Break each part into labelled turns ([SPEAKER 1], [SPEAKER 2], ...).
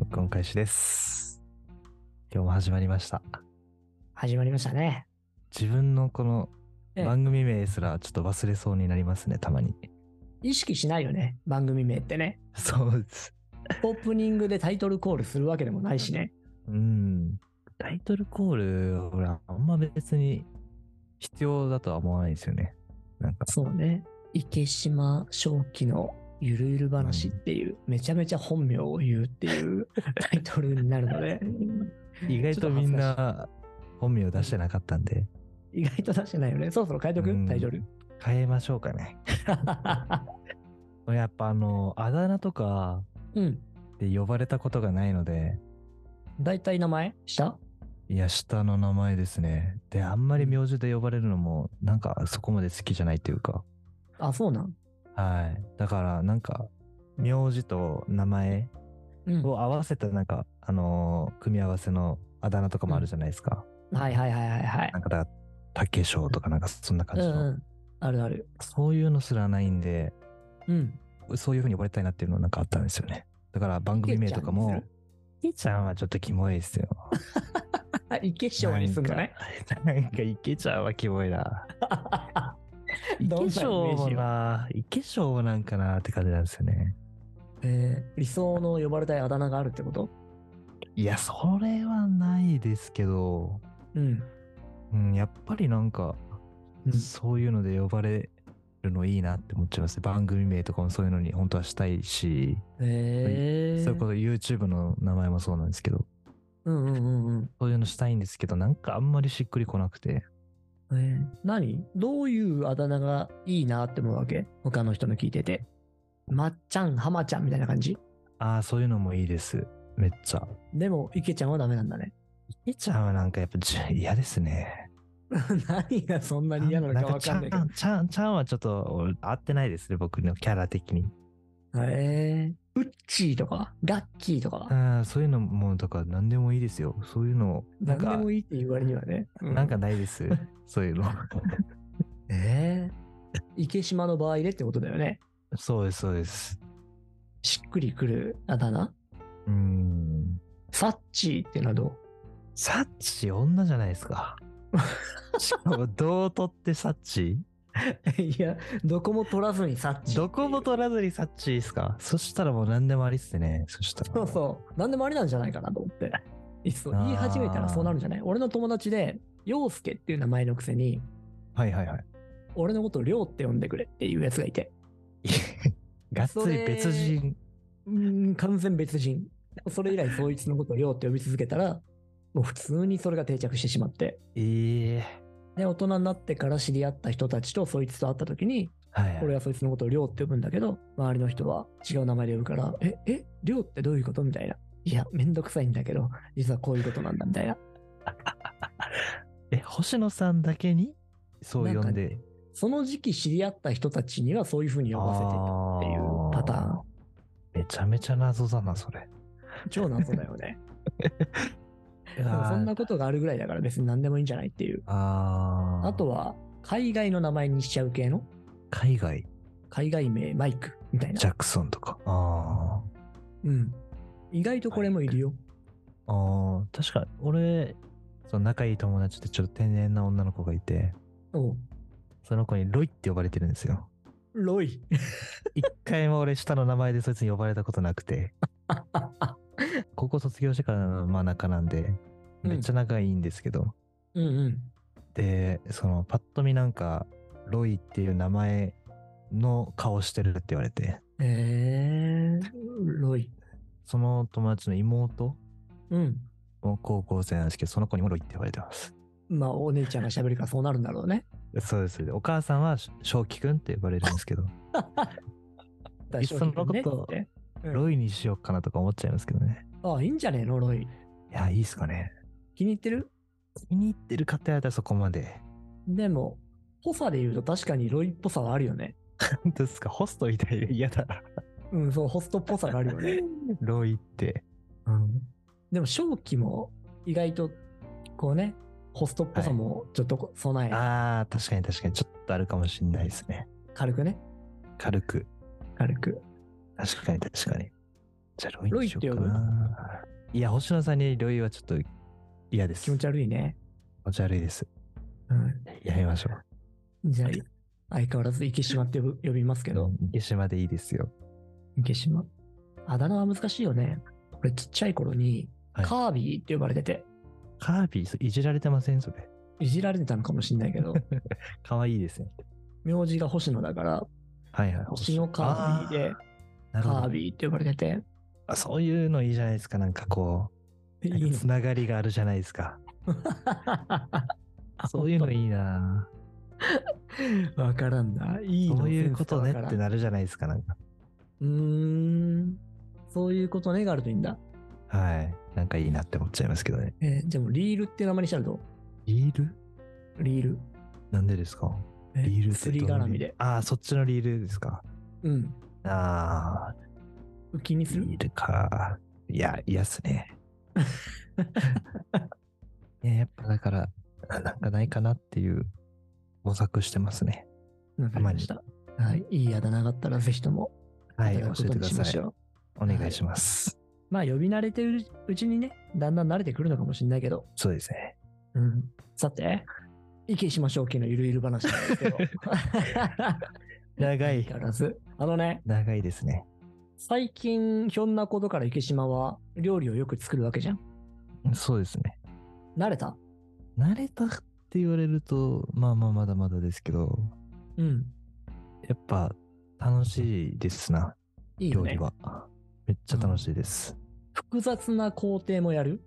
[SPEAKER 1] 録音開始です。今日も始まりました。
[SPEAKER 2] 始まりましたね。
[SPEAKER 1] 自分のこの
[SPEAKER 2] ええ
[SPEAKER 1] 番組名すらちょっと忘れそうになりますね、たまに。
[SPEAKER 2] 意識しないよね、番組名ってね。
[SPEAKER 1] そうです。
[SPEAKER 2] オープニングでタイトルコールするわけでもないしね。
[SPEAKER 1] うん。タイトルコール、ほら、あんま別に必要だとは思わないですよね。なんか、
[SPEAKER 2] そうね。池島正輝のゆるゆる話っていう、めちゃめちゃ本名を言うっていうタイトルになるので、
[SPEAKER 1] 意外とみんな本名出してなかったんで、
[SPEAKER 2] 意外と出してないよね。そろそろ変えと
[SPEAKER 1] う
[SPEAKER 2] く
[SPEAKER 1] ん
[SPEAKER 2] タイトル。
[SPEAKER 1] 変えましょうかね。やっぱあの、あだ名とか
[SPEAKER 2] うん。
[SPEAKER 1] で呼ばれたことがないので、
[SPEAKER 2] だいたい名前した
[SPEAKER 1] いや、下の名前ですね。で、あんまり名字で呼ばれるのも、なんかそこまで好きじゃないっていうか。
[SPEAKER 2] あ、そうなん。
[SPEAKER 1] はい。だから、なんか、名字と名前
[SPEAKER 2] うん。は
[SPEAKER 1] を合わせた、なんか、あのー組み合わせのあだ名とかもあるじゃないですか。
[SPEAKER 2] いはいはいはいはい
[SPEAKER 1] なん。かだ、たけしょうとか、なんか、そんな感
[SPEAKER 2] う
[SPEAKER 1] じの、
[SPEAKER 2] んうん。あるある。
[SPEAKER 1] そういうのすらないんで、
[SPEAKER 2] うん。
[SPEAKER 1] そういうふうに呼ばれたいなっていうのはなんかあったんですよね。だから、番組名とかも、いちゃんはちょっとキモいですよ。
[SPEAKER 2] あ、池島にすんのね。
[SPEAKER 1] なんか、いけちゃんはキモいな。
[SPEAKER 2] どんなイメ
[SPEAKER 1] 池
[SPEAKER 2] ージ
[SPEAKER 1] 賞も
[SPEAKER 2] よ
[SPEAKER 1] な、池賞もなんかなって感じなんですよね。
[SPEAKER 2] えー理想の呼ばれたいあだ名があるってこと
[SPEAKER 1] いや、それはないですけど、
[SPEAKER 2] うん。
[SPEAKER 1] うん、やっぱりなんか、
[SPEAKER 2] うん
[SPEAKER 1] そういうので呼ばれるのいいなって思っちゃいますね。番組名とかもそういうのに本当はしたいし、
[SPEAKER 2] えー、
[SPEAKER 1] それこそ YouTube の名前もそうなんですけど、
[SPEAKER 2] うんうんうん
[SPEAKER 1] そういうのしたいんですけど、なんかあんまりしっくりこなくて。
[SPEAKER 2] うん。えー何どういうあだ名がいいなって思うわけ他の人の聞いてて。まっちゃん、はまちゃんみたいな感じ
[SPEAKER 1] ああ、そういうのもいいです。めっちゃ。
[SPEAKER 2] でも、いけちゃんはダメなんだね。
[SPEAKER 1] 池ちゃんはなんかやっぱじ嫌ですね。
[SPEAKER 2] 何がそんなに嫌なのかわかんないけ
[SPEAKER 1] んかちゃん、ちゃん、ちゃんはちょっと合ってないですね、僕のキャラ的に。
[SPEAKER 2] ど。えー、ウッチーとか、ガッキーとかは。
[SPEAKER 1] あーそういうのも、だから何でもいいですよ。そういうの、なん
[SPEAKER 2] 何で
[SPEAKER 1] か、
[SPEAKER 2] もいいって言われにはね。う
[SPEAKER 1] なんか、ないです。 そういうの。
[SPEAKER 2] えー、池島の場合でってことだよね。
[SPEAKER 1] そうです、そうです。
[SPEAKER 2] しっくりくるあだ名
[SPEAKER 1] うーん。
[SPEAKER 2] サッチーっていうのはどう
[SPEAKER 1] サッチ、女じゃないです か。しかも、どう取ってサッ チ
[SPEAKER 2] いや、どこも取らずにサッチ。
[SPEAKER 1] どこも取らずにサッチですか。そしたらもう何でもありっすね。そしたら。
[SPEAKER 2] そうそう。なんでもありなんじゃないかなと思って。 いっそ言い始めたらそうなるんじゃない俺の友達で、陽介っていう名前のくせに、
[SPEAKER 1] はいはい はい。
[SPEAKER 2] 俺のことをりょうって呼んでくれっていうやつがいて。
[SPEAKER 1] がっつり別人。
[SPEAKER 2] うーん、完全別人。それ以来、そいつのことをりょうって呼び続けたら、 もう普通にそれが定着してしまって。
[SPEAKER 1] ええ
[SPEAKER 2] で、大人になってから知り合った人たちとそいつと会った時に、
[SPEAKER 1] はいはい。
[SPEAKER 2] 俺はそいつのことをりょうって呼ぶんだけど、周りの人は違う名前で呼ぶから、え、え、りょうってどういうことみたいな。いや、めんどくさいんだけど、実はこういうことなんだみたいな。
[SPEAKER 1] え、星野さんだけにそう呼んで。
[SPEAKER 2] その時期知り合った人たちにはそういうふうに呼ばせていたっていうパターン。
[SPEAKER 1] ーン。めちゃめちゃ謎だな、それ。
[SPEAKER 2] 超謎だよね。
[SPEAKER 1] い
[SPEAKER 2] でもそんなことがあるぐらいだから別に何でもいいんじゃないっていう。
[SPEAKER 1] あー
[SPEAKER 2] あとは、海外の名前にしちゃう系の
[SPEAKER 1] 海外、
[SPEAKER 2] 海外名マイクみたいな
[SPEAKER 1] ジ。ャクソンとか。あ
[SPEAKER 2] うん。意外とこれもいるよ。
[SPEAKER 1] ーあー。確か、俺、その仲いい友達でちょっと天然な女の子がいて、
[SPEAKER 2] おう
[SPEAKER 1] その子にロイって呼ばれてるんですよ。
[SPEAKER 2] ロイ。
[SPEAKER 1] 一回も俺下の名前でそいつに呼ばれたことなくて。高校卒業してからのまあ仲なんで、めっちゃ仲いいんですけど、
[SPEAKER 2] うんうん。
[SPEAKER 1] でそのパッと見なんかロイっていう名前の顔してるって言われて
[SPEAKER 2] えー、ロイ。
[SPEAKER 1] その友達の妹
[SPEAKER 2] うん。
[SPEAKER 1] も高校生なんですけどその子にもロイって言われてます
[SPEAKER 2] まあ、お姉ちゃんが喋るからそうなるんだろ うね。
[SPEAKER 1] そうですお母さんはし正輝くんって呼ばれるんですけどいっそのこと
[SPEAKER 2] ねってうん
[SPEAKER 1] ロイにしようかなとか思っちゃいますけどね
[SPEAKER 2] ああ、いいんじゃねえの、ロイ。
[SPEAKER 1] いやいいっすかね
[SPEAKER 2] 気に入ってる
[SPEAKER 1] 気に入ってる方やったらそこまで
[SPEAKER 2] でも、ぽさで言うと確かにロイっぽさはあるよね。
[SPEAKER 1] 本当ですかホストみたいで嫌だ
[SPEAKER 2] うん、そう、ホストっぽさがある よね。
[SPEAKER 1] ロイって
[SPEAKER 2] うん、でも、正気も意外と、こうね、ホストっぽさもちょっとこ備え、
[SPEAKER 1] あー確かに確かにちょっとあるかもしんないですね
[SPEAKER 2] 軽くね、
[SPEAKER 1] 軽く
[SPEAKER 2] 軽く。
[SPEAKER 1] 確かに確かにじゃあロイにしようか
[SPEAKER 2] ロイっ
[SPEAKER 1] ないや、星野さんに領有はちょっと嫌です。
[SPEAKER 2] 気持ち悪いね。
[SPEAKER 1] 気持ち悪いです。
[SPEAKER 2] うん。
[SPEAKER 1] やめましょう。
[SPEAKER 2] じゃあ、相変わらず池島って呼ぶ呼びますけど、
[SPEAKER 1] 池島でいいですよ。
[SPEAKER 2] 池島。あだ名は難しいよね。俺ちっちゃい頃に、
[SPEAKER 1] はい
[SPEAKER 2] カービィって呼ばれてて、
[SPEAKER 1] カービィ、そいじられてませんそれ。
[SPEAKER 2] いじられてたのかもしれない けど、
[SPEAKER 1] かわいいですね。
[SPEAKER 2] 名字が星野だから、
[SPEAKER 1] はいはい。
[SPEAKER 2] 星野カービィで、
[SPEAKER 1] なる
[SPEAKER 2] カ
[SPEAKER 1] ほど
[SPEAKER 2] ービィって呼ばれてて、
[SPEAKER 1] あそういうのいいじゃないですか。なんかこ、
[SPEAKER 2] いういの
[SPEAKER 1] つ ながりがあるじゃないですか。そういうのいいなぁ
[SPEAKER 2] わからんな。いいの
[SPEAKER 1] そういうことね
[SPEAKER 2] センスがわ
[SPEAKER 1] っ
[SPEAKER 2] か
[SPEAKER 1] て
[SPEAKER 2] らん
[SPEAKER 1] なるじゃないですか。なんか。
[SPEAKER 2] うーん。そういうことねがあるといいんだ。
[SPEAKER 1] はい。なんかいいなって思っちゃいますけどね。
[SPEAKER 2] えーじゃあもうリールって名前にしたらど
[SPEAKER 1] リール
[SPEAKER 2] うリール。
[SPEAKER 1] なんでですか
[SPEAKER 2] え
[SPEAKER 1] リールって
[SPEAKER 2] 釣り
[SPEAKER 1] どういう
[SPEAKER 2] 絡みで。。
[SPEAKER 1] ああ、そっちのリールですか。
[SPEAKER 2] うん。
[SPEAKER 1] ああ、
[SPEAKER 2] 浮きにする
[SPEAKER 1] リールか。いや、嫌っす ね。いや、やっぱだから、あなんかないかなっていう模索してますね。
[SPEAKER 2] わかりました。はい。いいあだ名があったらぜひとも、
[SPEAKER 1] はい、
[SPEAKER 2] いた
[SPEAKER 1] 教
[SPEAKER 2] だく
[SPEAKER 1] え
[SPEAKER 2] こ
[SPEAKER 1] て
[SPEAKER 2] と
[SPEAKER 1] く
[SPEAKER 2] に
[SPEAKER 1] だ
[SPEAKER 2] しま
[SPEAKER 1] さ
[SPEAKER 2] し
[SPEAKER 1] い。
[SPEAKER 2] ょう。
[SPEAKER 1] お願いします。
[SPEAKER 2] まあ、呼び慣れてるうちにね、だんだん慣れてくるのかもしれないけど。
[SPEAKER 1] そうですね。
[SPEAKER 2] うん。さて、意見しましょう系のゆるゆる話なんで すけど。
[SPEAKER 1] 長い
[SPEAKER 2] 相変わらず。あのね、
[SPEAKER 1] 長いですね。
[SPEAKER 2] 最近、ひょんなことから池島は料理をよく作るわけじゃん。
[SPEAKER 1] そうですね。
[SPEAKER 2] 慣れた
[SPEAKER 1] 慣れたって言われると、まあまあまだまだですけど、
[SPEAKER 2] うん。
[SPEAKER 1] やっぱ楽しいですな、
[SPEAKER 2] いいよ
[SPEAKER 1] 料
[SPEAKER 2] ね
[SPEAKER 1] 理。は。めっちゃ楽しいです。
[SPEAKER 2] 複雑な工程もやる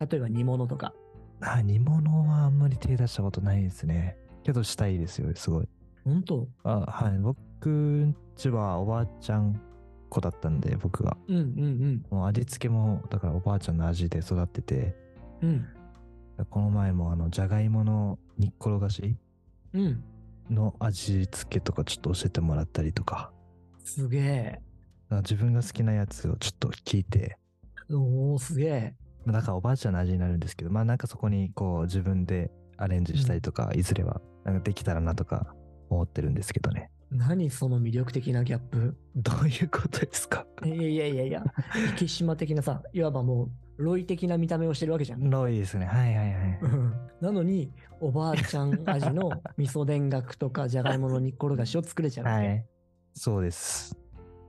[SPEAKER 2] 例えば煮物とか。
[SPEAKER 1] あ煮物はあんまり手出したことないですね。けどしたいですよ、すごい。
[SPEAKER 2] 本当
[SPEAKER 1] あはい。僕んちはおばあちゃん子だったんで、僕が。
[SPEAKER 2] うんうん
[SPEAKER 1] もう味付けも、だからおばあちゃんの味で育ってて、
[SPEAKER 2] うん。うん。
[SPEAKER 1] この前もあの、じゃがいもの煮っころがし
[SPEAKER 2] うん。
[SPEAKER 1] の味付けとかちょっと教えてもらったりとか、
[SPEAKER 2] すげえ。
[SPEAKER 1] だから自分が好きなやつをちょっと聞いて、
[SPEAKER 2] おおすげえ。
[SPEAKER 1] まあだからおばあちゃんの味になるんですけど、まあなんかそこにこう自分でアレンジしたりとか、いずれはなんかできたらなとか思ってるんですけどね。
[SPEAKER 2] 何その魅力的なギャップ。
[SPEAKER 1] どういうことですか
[SPEAKER 2] いやいやいやいや、池島的なさ、いわばもう、ロイ的な見た目をしてるわけじゃん。
[SPEAKER 1] ロイですね。はいはいはい。
[SPEAKER 2] うん なのに、おばあちゃん味の味噌田楽とかじゃがいもの煮っころがしを作れちゃうわ
[SPEAKER 1] は
[SPEAKER 2] け。
[SPEAKER 1] い。そうです。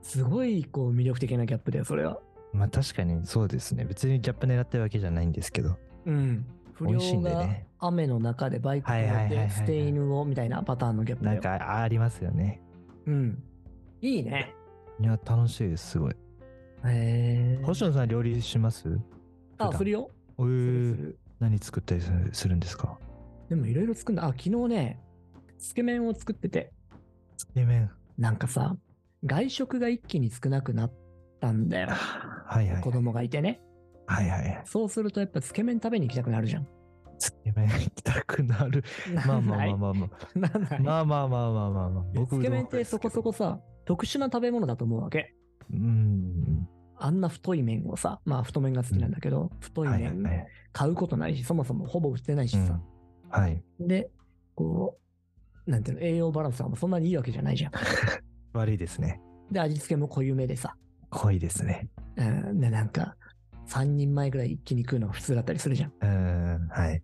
[SPEAKER 2] すごい、こう、魅力的なギャップだよ、それは。
[SPEAKER 1] まあ確かにそうですね。別にギャップ狙ってるわけじゃないんですけど。
[SPEAKER 2] うん。不
[SPEAKER 1] 美味しい
[SPEAKER 2] 良
[SPEAKER 1] んで
[SPEAKER 2] が
[SPEAKER 1] ね
[SPEAKER 2] 雨の中でバイクに
[SPEAKER 1] はい
[SPEAKER 2] 乗
[SPEAKER 1] は
[SPEAKER 2] っ
[SPEAKER 1] いはいはいは
[SPEAKER 2] て
[SPEAKER 1] い
[SPEAKER 2] 捨て犬をみたいなパターンのギャップだ
[SPEAKER 1] なん
[SPEAKER 2] よ。
[SPEAKER 1] かありますよね。
[SPEAKER 2] うん。いいね。
[SPEAKER 1] いや、楽しいです。すごい。
[SPEAKER 2] へえ。
[SPEAKER 1] 星野さん料理します
[SPEAKER 2] あ、するよ。
[SPEAKER 1] お
[SPEAKER 2] するす
[SPEAKER 1] ー
[SPEAKER 2] る
[SPEAKER 1] 何作ったりするするんですか
[SPEAKER 2] でもいろいろ作るんだ。あ、昨日ね、つけ麺を作ってて、
[SPEAKER 1] つけ麺。
[SPEAKER 2] なんかさ、外食が一気に少なくなったんだよ。
[SPEAKER 1] はいはい。
[SPEAKER 2] 子供がいてね。
[SPEAKER 1] はいはい。
[SPEAKER 2] そうするとやっぱつけ麺食べに行きたくなるじゃん。
[SPEAKER 1] つけ麺行きたくなる。まあまあまあまあまあ。
[SPEAKER 2] あ。ならない。
[SPEAKER 1] まあまあまあまあまあまあ。僕
[SPEAKER 2] つけ麺っ
[SPEAKER 1] うどん
[SPEAKER 2] てそこそこさ、特殊な食べ物だと思うわけ。
[SPEAKER 1] うん。
[SPEAKER 2] あんな太い麺をさ、まあ太麺が好きなんだけど、太い
[SPEAKER 1] はいはい
[SPEAKER 2] 麺
[SPEAKER 1] はい。
[SPEAKER 2] 買うことないし、そもそもほぼ売ってないしさ。
[SPEAKER 1] うんはい。
[SPEAKER 2] で、こう、なんていうの、栄養バランスはそんなにいいわけじゃないじゃん。
[SPEAKER 1] 悪いですね。
[SPEAKER 2] で、味付けも濃ゆめでさ、
[SPEAKER 1] 濃いですね。
[SPEAKER 2] うん、で、なんか、3人前ぐらい一気に食うのが普通だったりするじゃん。
[SPEAKER 1] うーん。はい。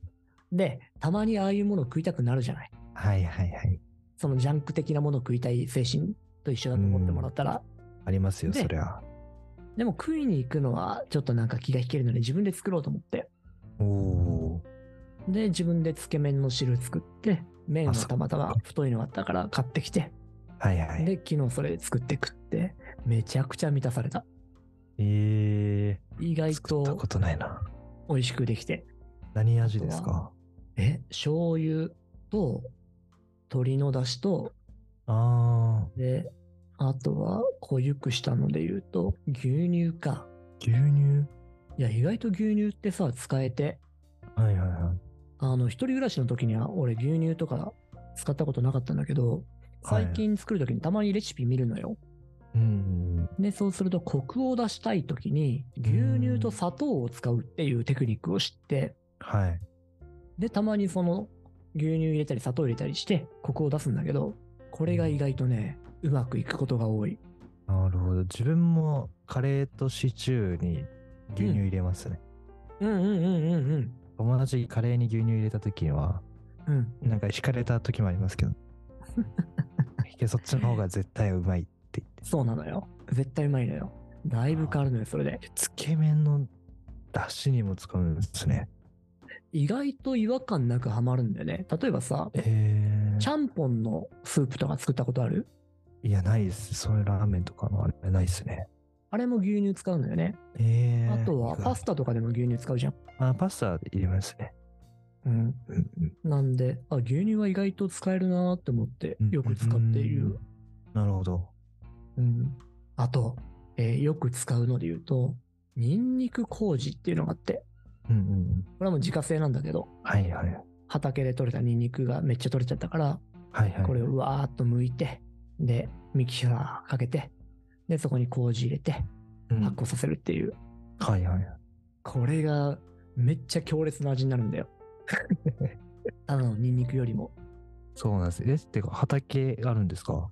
[SPEAKER 2] で、たまにああいうものを食いたくなるじゃない。
[SPEAKER 1] はいはいはい。
[SPEAKER 2] そのジャンク的なものを食いたい精神と一緒だと思ってもらったら、
[SPEAKER 1] ありますよ、
[SPEAKER 2] で
[SPEAKER 1] そりゃ。
[SPEAKER 2] でも食いに行くのはちょっとなんか気が引けるので自分で作ろうと思って。
[SPEAKER 1] おお
[SPEAKER 2] で、自分でつけ麺の汁作って、麺は
[SPEAKER 1] あそう
[SPEAKER 2] たまたま太いのがあったから買ってきて、
[SPEAKER 1] ー。はいはい。
[SPEAKER 2] で、昨日それ作って食って、めちゃくちゃ満たされた。
[SPEAKER 1] え
[SPEAKER 2] 意
[SPEAKER 1] え。
[SPEAKER 2] 外
[SPEAKER 1] 作った
[SPEAKER 2] と
[SPEAKER 1] ことないな。
[SPEAKER 2] 美味しくできて。
[SPEAKER 1] 何味ですか
[SPEAKER 2] え、醤油と鶏の出汁と、
[SPEAKER 1] ああ。
[SPEAKER 2] で、あとは濃ゆくしたので言うと、牛乳か。
[SPEAKER 1] 牛乳
[SPEAKER 2] いや、意外と牛乳ってさ、使えて、
[SPEAKER 1] はいはいはい。
[SPEAKER 2] あの、一人暮らしの時には俺牛乳とか使ったことなかったんだけど、
[SPEAKER 1] はい
[SPEAKER 2] 最近作る時にたまにレシピ見るのよ。
[SPEAKER 1] うん。
[SPEAKER 2] で、そうするとコクを出したい時に牛乳と砂糖を使うっていうテクニックを知って、
[SPEAKER 1] はい。
[SPEAKER 2] で、たまにその牛乳入れたり砂糖入れたりして、コクを出すんだけど、これが意外とね、うまくいくことが多い。
[SPEAKER 1] なるほど。自分もカレーとシチューに牛乳入れますね。
[SPEAKER 2] うんうんうんうんうん。
[SPEAKER 1] 友達カレーに牛乳入れた時は、
[SPEAKER 2] うん。
[SPEAKER 1] なんか惹かれた時もありますけ ど。いやそっちの方が絶対うまいって言って。
[SPEAKER 2] そうなのよ。絶対うまいのよ。だいぶ変わるのよ、それで。
[SPEAKER 1] つけ麺の出汁にも使うんですね。
[SPEAKER 2] 意外と違和感なくハマるんだよね。例えばさ、
[SPEAKER 1] え
[SPEAKER 2] ちゃんぽんのスープとか作ったことある
[SPEAKER 1] いや、ないです。それラーメンとかのあれないですね。
[SPEAKER 2] あれも牛乳使うんだよね。
[SPEAKER 1] え
[SPEAKER 2] あとはパスタとかでも牛乳使うじゃん。
[SPEAKER 1] タ。あ、パスタ入れますね。
[SPEAKER 2] うん。
[SPEAKER 1] うんうん
[SPEAKER 2] なんで、あ、牛乳は意外と使えるなーって思って
[SPEAKER 1] うん
[SPEAKER 2] よく使っている。。
[SPEAKER 1] なるほど。
[SPEAKER 2] うん。あと、えーよく使うので言うと、ニンニク麹っていうのがあって、
[SPEAKER 1] うんうんうん。
[SPEAKER 2] これはもう自家製なんだけど、
[SPEAKER 1] はいはい。
[SPEAKER 2] 畑で取れたニンニクがめっちゃ取れちゃったから、
[SPEAKER 1] はいはい。
[SPEAKER 2] これをうわーっと剥いて、で、ミキサーかけて、で、そこに麹入れて
[SPEAKER 1] うん、
[SPEAKER 2] 発酵させるっていう、
[SPEAKER 1] はいはい。
[SPEAKER 2] これがめっちゃ強烈な味になるんだよ。ただのニンニクよりも。
[SPEAKER 1] そうなんです。え、ってか、畑あるんですか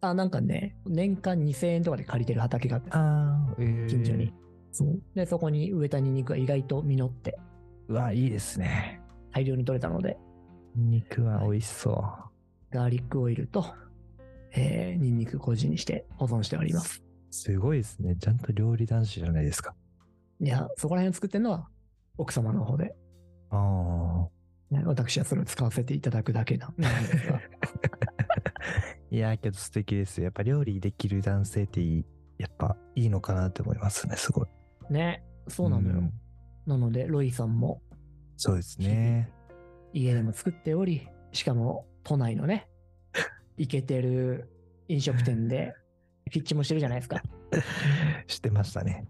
[SPEAKER 2] あ、なんかね、年間2000円とかで借りてる畑があってさ、
[SPEAKER 1] ああ、えー
[SPEAKER 2] 近所に。。そう。で、そこに植えたニンニクが意外と実って、
[SPEAKER 1] うわ、いいですね。
[SPEAKER 2] 大量に取れたので、
[SPEAKER 1] 肉は美味しそう。
[SPEAKER 2] ガーリックオイルと、えー、ニンニク麹にして保存しております。
[SPEAKER 1] すごいですね。ちゃんと料理男子じゃないですか。
[SPEAKER 2] いや、そこら辺を作ってるのは奥様の方で、
[SPEAKER 1] ああ。
[SPEAKER 2] ね私はそれを使わせていただくだけななんです が、
[SPEAKER 1] いやー、けど素敵ですよ。やっぱ料理できる男性っていい、やっぱいいのかなって思いますね。すごい。
[SPEAKER 2] ね、そうなのよ。
[SPEAKER 1] ん
[SPEAKER 2] なので、ロイさんも
[SPEAKER 1] そうですね。
[SPEAKER 2] 家でも作っており、しかも都内 のね、イケてる飲食店で、ピッチもしてるじゃないですか。
[SPEAKER 1] してましたね。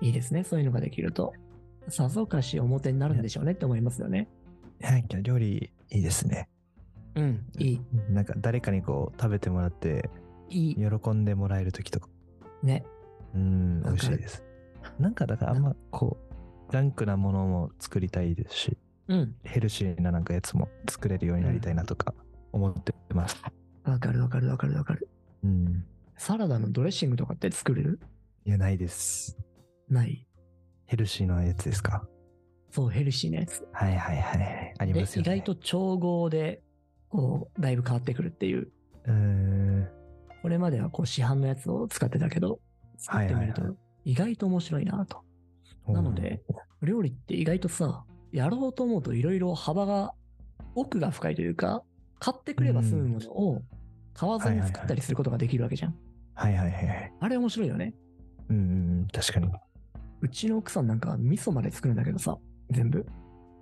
[SPEAKER 2] いいですね、そういうのができると。さぞかし表になるんでしょうねって思いますよね。
[SPEAKER 1] はい、けど料理いいですね。
[SPEAKER 2] うん、い
[SPEAKER 1] なんか誰かにこう食べてもらって、
[SPEAKER 2] い、いい、
[SPEAKER 1] 喜んでもらえる時とか、
[SPEAKER 2] ね。
[SPEAKER 1] うん、美
[SPEAKER 2] かる
[SPEAKER 1] 味しいです。なんかだからあんまこう、ジャンクなものも作りたいですし、
[SPEAKER 2] うん、
[SPEAKER 1] ヘルシーななんかやつも作れるようになりたいなとか思ってます。
[SPEAKER 2] わかるわかるわかるわかる。
[SPEAKER 1] うん。
[SPEAKER 2] サラダのドレッシングとかって作れる
[SPEAKER 1] いや、ないです。
[SPEAKER 2] ない。
[SPEAKER 1] ヘルシーなやつですか。
[SPEAKER 2] そう、ヘルシーなやつ。
[SPEAKER 1] はいはいはい。あり
[SPEAKER 2] で、
[SPEAKER 1] ます
[SPEAKER 2] 意
[SPEAKER 1] よね。
[SPEAKER 2] 外と調合で、こう、だいぶ変わってくるっていう。
[SPEAKER 1] うーん。
[SPEAKER 2] これまではこう市販のやつを使ってたけど、作ってみると
[SPEAKER 1] はい
[SPEAKER 2] 意外と面白いなと。なので、料理って意外とさ、やろうと思うといろいろ幅が、奥が深いというか、買ってくれば済むものを買わずに作ったりすることができるわけじゃん。
[SPEAKER 1] はいはいはいはい。
[SPEAKER 2] あれ面白いよね。
[SPEAKER 1] うんうんうん、確かに。
[SPEAKER 2] うちの奥さんなんか味噌まで作るんだけどさ、全部。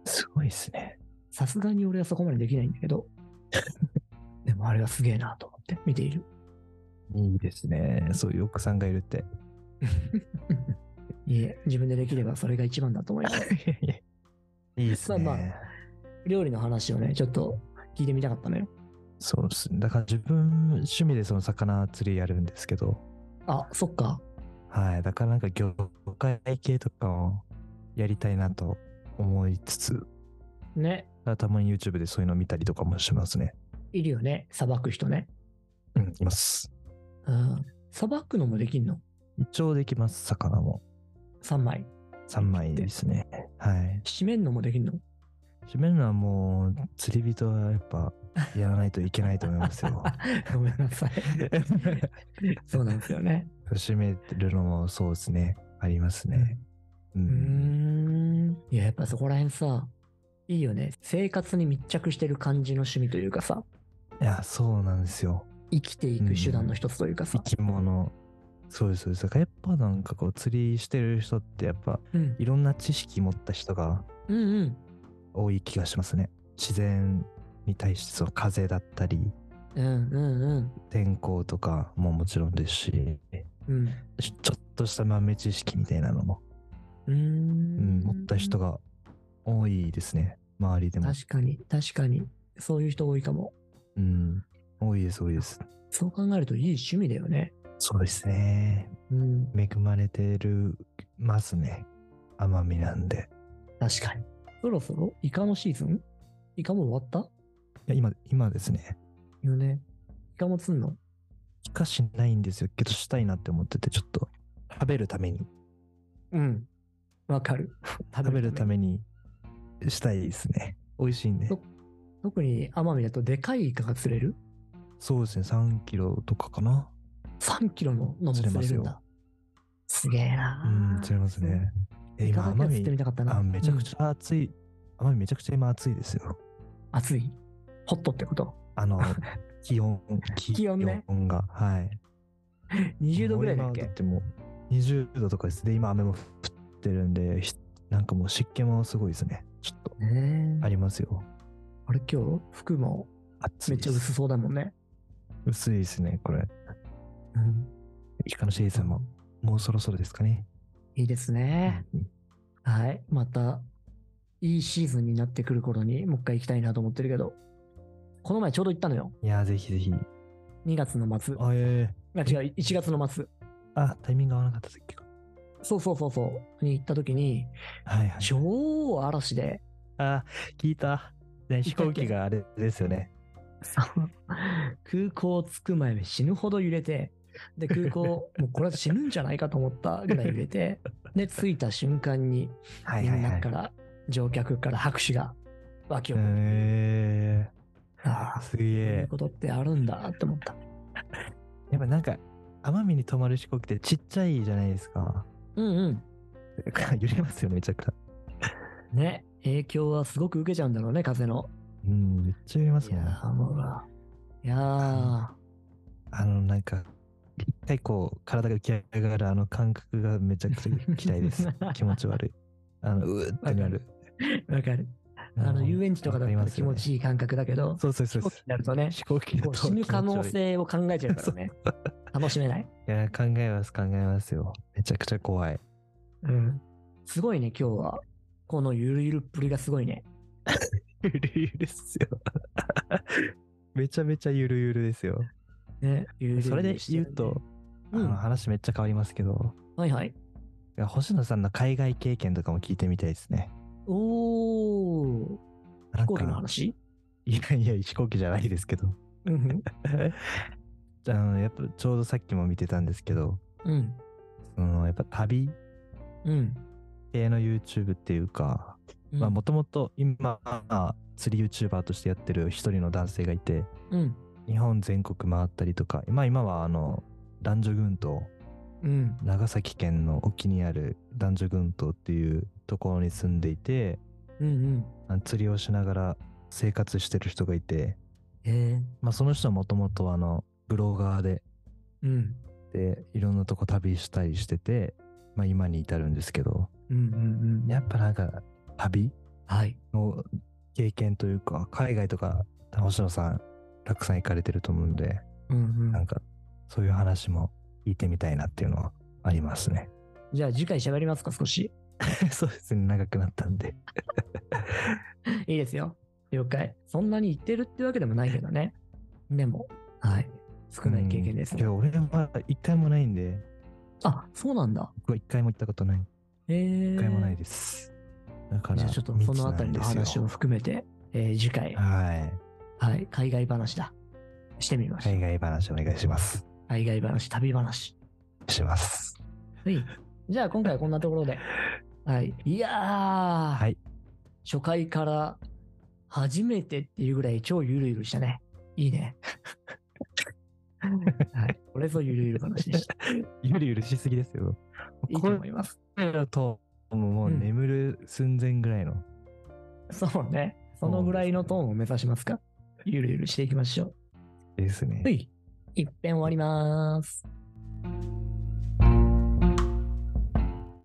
[SPEAKER 1] すごいですね。
[SPEAKER 2] さすがに俺はそこまでできないんだけど。 でもあれはすげえなと思って見ている。
[SPEAKER 1] いいですね。そういう奥さんがいるって。
[SPEAKER 2] いえ、自分でできればそれが一番だと思います。
[SPEAKER 1] いいですね。
[SPEAKER 2] まあま料理の話をね、ちょっと聞いてみたかったのよ。
[SPEAKER 1] そうですね。だから自分趣味でその魚釣りやるんですけど、
[SPEAKER 2] あ、そっか。
[SPEAKER 1] はい。だからなんか魚介系とかをやりたいなと思いつつ、
[SPEAKER 2] ね。
[SPEAKER 1] たまに YouTube でそういうの見たりとかもしますね。
[SPEAKER 2] いるよね。さばく人ね。
[SPEAKER 1] うん、います。
[SPEAKER 2] うん。さばくのもできんの
[SPEAKER 1] 一応できます、魚も。
[SPEAKER 2] ?3 枚。
[SPEAKER 1] 3枚ですね。はい。
[SPEAKER 2] 締めんのもできんの
[SPEAKER 1] 締めるのはもう釣り人はやっぱやらないといけないと思います よ。
[SPEAKER 2] ごめんなさい。そうなんですよね。
[SPEAKER 1] 締めるのもそうですね。ありますね。う
[SPEAKER 2] うー。ん。いや、やっぱそこら辺さ、いいよね。生活に密着してる感じの趣味というかさ、
[SPEAKER 1] いや、そうなんですよ。
[SPEAKER 2] 生きていく手段の一つというかさ
[SPEAKER 1] 生。き物。そうです、そうです。だからやっぱなんかこう釣りしてる人ってやっぱ
[SPEAKER 2] うん。
[SPEAKER 1] いろんな知識持った人が
[SPEAKER 2] うんうん。
[SPEAKER 1] 多い気がしますね。自然に対してその風だったり、
[SPEAKER 2] うんうんうん。
[SPEAKER 1] 天候とかももちろんですし、
[SPEAKER 2] うん。う
[SPEAKER 1] ちょっとした豆知識みたいなのも、
[SPEAKER 2] ー
[SPEAKER 1] うんん、持った人が多いですね。周りでも。
[SPEAKER 2] 確かに、確かに。そういう人多いかも。
[SPEAKER 1] うん。多いです、多いです。
[SPEAKER 2] そう考えるといい趣味だよね。
[SPEAKER 1] そうですね。
[SPEAKER 2] うん。
[SPEAKER 1] 恵まれてるますね。奄美なんで。
[SPEAKER 2] 確かに。そろそろイカのシーズンイカも終わった
[SPEAKER 1] いや今、今ですね。
[SPEAKER 2] よね。イカも釣んの
[SPEAKER 1] しかしないんですよ。けどしたいなって思ってて、ちょっと食べるために
[SPEAKER 2] うん。わかる。
[SPEAKER 1] 食べるためにしたいですね。美味しいんで。
[SPEAKER 2] そ特に奄美だとでかいイカが釣れる
[SPEAKER 1] そうですね、3キロとかかな。
[SPEAKER 2] ?3 キロののも釣れるんだ。すげえ
[SPEAKER 1] うん
[SPEAKER 2] な、ー。
[SPEAKER 1] 釣れますね。え、
[SPEAKER 2] イカ
[SPEAKER 1] 今、
[SPEAKER 2] だけは
[SPEAKER 1] 奄
[SPEAKER 2] 釣っ
[SPEAKER 1] 美
[SPEAKER 2] てみたかったな。
[SPEAKER 1] あ、めちゃく
[SPEAKER 2] ゃ、
[SPEAKER 1] ちゃ暑い。奄美めちゃくちゃ今暑いですよ。
[SPEAKER 2] 暑い。ホットってこと
[SPEAKER 1] あ の、気温、気
[SPEAKER 2] 気温ね
[SPEAKER 1] が。はい。
[SPEAKER 2] ?20 度ぐらいだっ
[SPEAKER 1] もう今
[SPEAKER 2] け
[SPEAKER 1] ってもう20度とかです。で、今雨も降ってるんで、ひなんかもう湿気もすごいですね。ちょっと
[SPEAKER 2] ねえ
[SPEAKER 1] ありますよ。
[SPEAKER 2] あれ今日、服も
[SPEAKER 1] 暑
[SPEAKER 2] め
[SPEAKER 1] い
[SPEAKER 2] っ
[SPEAKER 1] で
[SPEAKER 2] ち
[SPEAKER 1] す
[SPEAKER 2] ゃ薄そうだもんね。
[SPEAKER 1] 薄いですね、これ。
[SPEAKER 2] うん。
[SPEAKER 1] イカのシーズンも、もうそろそろですかね。
[SPEAKER 2] いいですね。
[SPEAKER 1] うん
[SPEAKER 2] はい。また、いいシーズンになってくる頃にもう一回行きたいなと思ってるけど、この前ちょうど行ったのよ。
[SPEAKER 1] いやー、ぜひぜひ。
[SPEAKER 2] 2月の末。あ、
[SPEAKER 1] あ、え
[SPEAKER 2] 違う、1月の末。
[SPEAKER 1] あ、タイミング合わなかった時か。
[SPEAKER 2] そうそうそうそう。に行った時に、
[SPEAKER 1] はいはい。
[SPEAKER 2] 超嵐で、
[SPEAKER 1] あ、聞いた。ね、飛行機があれですよね。
[SPEAKER 2] 空港着く前に死ぬほど揺れて、で、空港、もうこれは死ぬんじゃないかと思ったぐらい揺 れて、で、着いた瞬間に、
[SPEAKER 1] は
[SPEAKER 2] みんな
[SPEAKER 1] へ
[SPEAKER 2] から、乗客から拍手が湧き起こる。
[SPEAKER 1] え
[SPEAKER 2] ああ、
[SPEAKER 1] すげ
[SPEAKER 2] そういう
[SPEAKER 1] え。
[SPEAKER 2] ことってあるんだって思った。
[SPEAKER 1] やっぱなんか、奄美に泊まる飛行機ってちっちゃいじゃないですか。
[SPEAKER 2] うんうん。
[SPEAKER 1] 揺れますよ、めちゃくちゃ。
[SPEAKER 2] ね、影響はすごく受けちゃうんだろうね、風の。
[SPEAKER 1] うん、めっちゃ揺れます
[SPEAKER 2] い
[SPEAKER 1] も
[SPEAKER 2] や
[SPEAKER 1] ん。
[SPEAKER 2] ー、もうな。いやー、
[SPEAKER 1] あの、なんか、一回こう、体が浮き上がるあの感覚がめちゃくちゃ嫌い です。気持ち悪い。あの、うーってなる。
[SPEAKER 2] わかる。あの、遊園地とかだったら気持ち
[SPEAKER 1] いい。
[SPEAKER 2] いい感覚だけど、
[SPEAKER 1] そうそうそう
[SPEAKER 2] 飛
[SPEAKER 1] そう
[SPEAKER 2] 行機。になるとね、
[SPEAKER 1] 飛行機だ
[SPEAKER 2] ことう死ぬ可能
[SPEAKER 1] 気持ち悪い
[SPEAKER 2] 性を考えちゃうからね。楽しめない。
[SPEAKER 1] いや、考えます、考えますよ。めちゃくちゃ怖い。
[SPEAKER 2] うん。すごいね、今日は。このゆるゆるっぷりがすごいね。
[SPEAKER 1] ゆるゆるですよ。 めちゃめちゃゆるゆるですよ。
[SPEAKER 2] ね、ゆるゆる
[SPEAKER 1] それで
[SPEAKER 2] して
[SPEAKER 1] 言
[SPEAKER 2] る
[SPEAKER 1] う
[SPEAKER 2] ね
[SPEAKER 1] と、あ
[SPEAKER 2] うん
[SPEAKER 1] の話めっちゃ変わりますけど、
[SPEAKER 2] はいはい。
[SPEAKER 1] いや星野さんの海外経験とかも聞いてみたいですね。
[SPEAKER 2] おー、
[SPEAKER 1] な
[SPEAKER 2] 飛
[SPEAKER 1] ん
[SPEAKER 2] 行機の
[SPEAKER 1] か、
[SPEAKER 2] 話
[SPEAKER 1] いやいや、飛行機じゃないですけど。
[SPEAKER 2] うん
[SPEAKER 1] あのやっぱちょうどさっきも見てたんですけど、
[SPEAKER 2] うん。うん。
[SPEAKER 1] そのやっぱ旅
[SPEAKER 2] うん。
[SPEAKER 1] 系の YouTube っていうか、
[SPEAKER 2] うん
[SPEAKER 1] まあもともと今、釣り YouTuber としてやってる一人の男性がいて、
[SPEAKER 2] うん。
[SPEAKER 1] 日本全国回ったりとか、まあ今はあの、男女群島、
[SPEAKER 2] うん。
[SPEAKER 1] 長崎県の沖にある男女群島っていうところに住んでいて、
[SPEAKER 2] うんうん。
[SPEAKER 1] あの釣りをしながら生活してる人がいて、
[SPEAKER 2] へえ。
[SPEAKER 1] まあその人はもともとあの、ブロガーで、
[SPEAKER 2] うん。
[SPEAKER 1] で、いろんなとこ旅したりしてて、まあ今に至るんですけど、
[SPEAKER 2] うんうんうん。
[SPEAKER 1] やっぱなんか旅
[SPEAKER 2] はい。
[SPEAKER 1] の経験というか、海外とか、星野さん、たくさん行かれてると思うんで、
[SPEAKER 2] うんうん
[SPEAKER 1] なんかそういう話も聞いてみたいなっていうのはありますね。
[SPEAKER 2] じゃあ次回喋りますか、少し。
[SPEAKER 1] そうですね、長くなったんで。
[SPEAKER 2] いいですよ。了解。そんなに言ってるってわけでもないけどね。でも、はい。少ない経験です
[SPEAKER 1] い
[SPEAKER 2] ね。
[SPEAKER 1] や、俺は一回もないんで、
[SPEAKER 2] あ、そうなんだ。
[SPEAKER 1] 僕は一回も行ったことない。
[SPEAKER 2] へえ。
[SPEAKER 1] 一回もないです。だから、
[SPEAKER 2] じゃあちょっとそのあたりの話を
[SPEAKER 1] 未
[SPEAKER 2] 含めて、えー次回
[SPEAKER 1] 知、なんですよ。
[SPEAKER 2] はい、海外話だ。してみま
[SPEAKER 1] はい。
[SPEAKER 2] しょう。
[SPEAKER 1] 海外話お願いします。
[SPEAKER 2] 海外話、旅話。
[SPEAKER 1] します。
[SPEAKER 2] はい。じゃあ今回はこんなところ で。はい。いやー、
[SPEAKER 1] はい
[SPEAKER 2] 初回から初めてっていうぐらい超ゆるゆるしたね。い いね。はい。これぞゆるゆる話で した。
[SPEAKER 1] ゆるゆるしすぎですよ。
[SPEAKER 2] いいと
[SPEAKER 1] こ
[SPEAKER 2] 思います。
[SPEAKER 1] れだと、もう
[SPEAKER 2] うん
[SPEAKER 1] 眠る寸前ぐらいの。
[SPEAKER 2] そうね。そのぐらいのトーンを目指しますか。ゆるゆるしていきましょ
[SPEAKER 1] ですね
[SPEAKER 2] う。は。い。一遍終わります。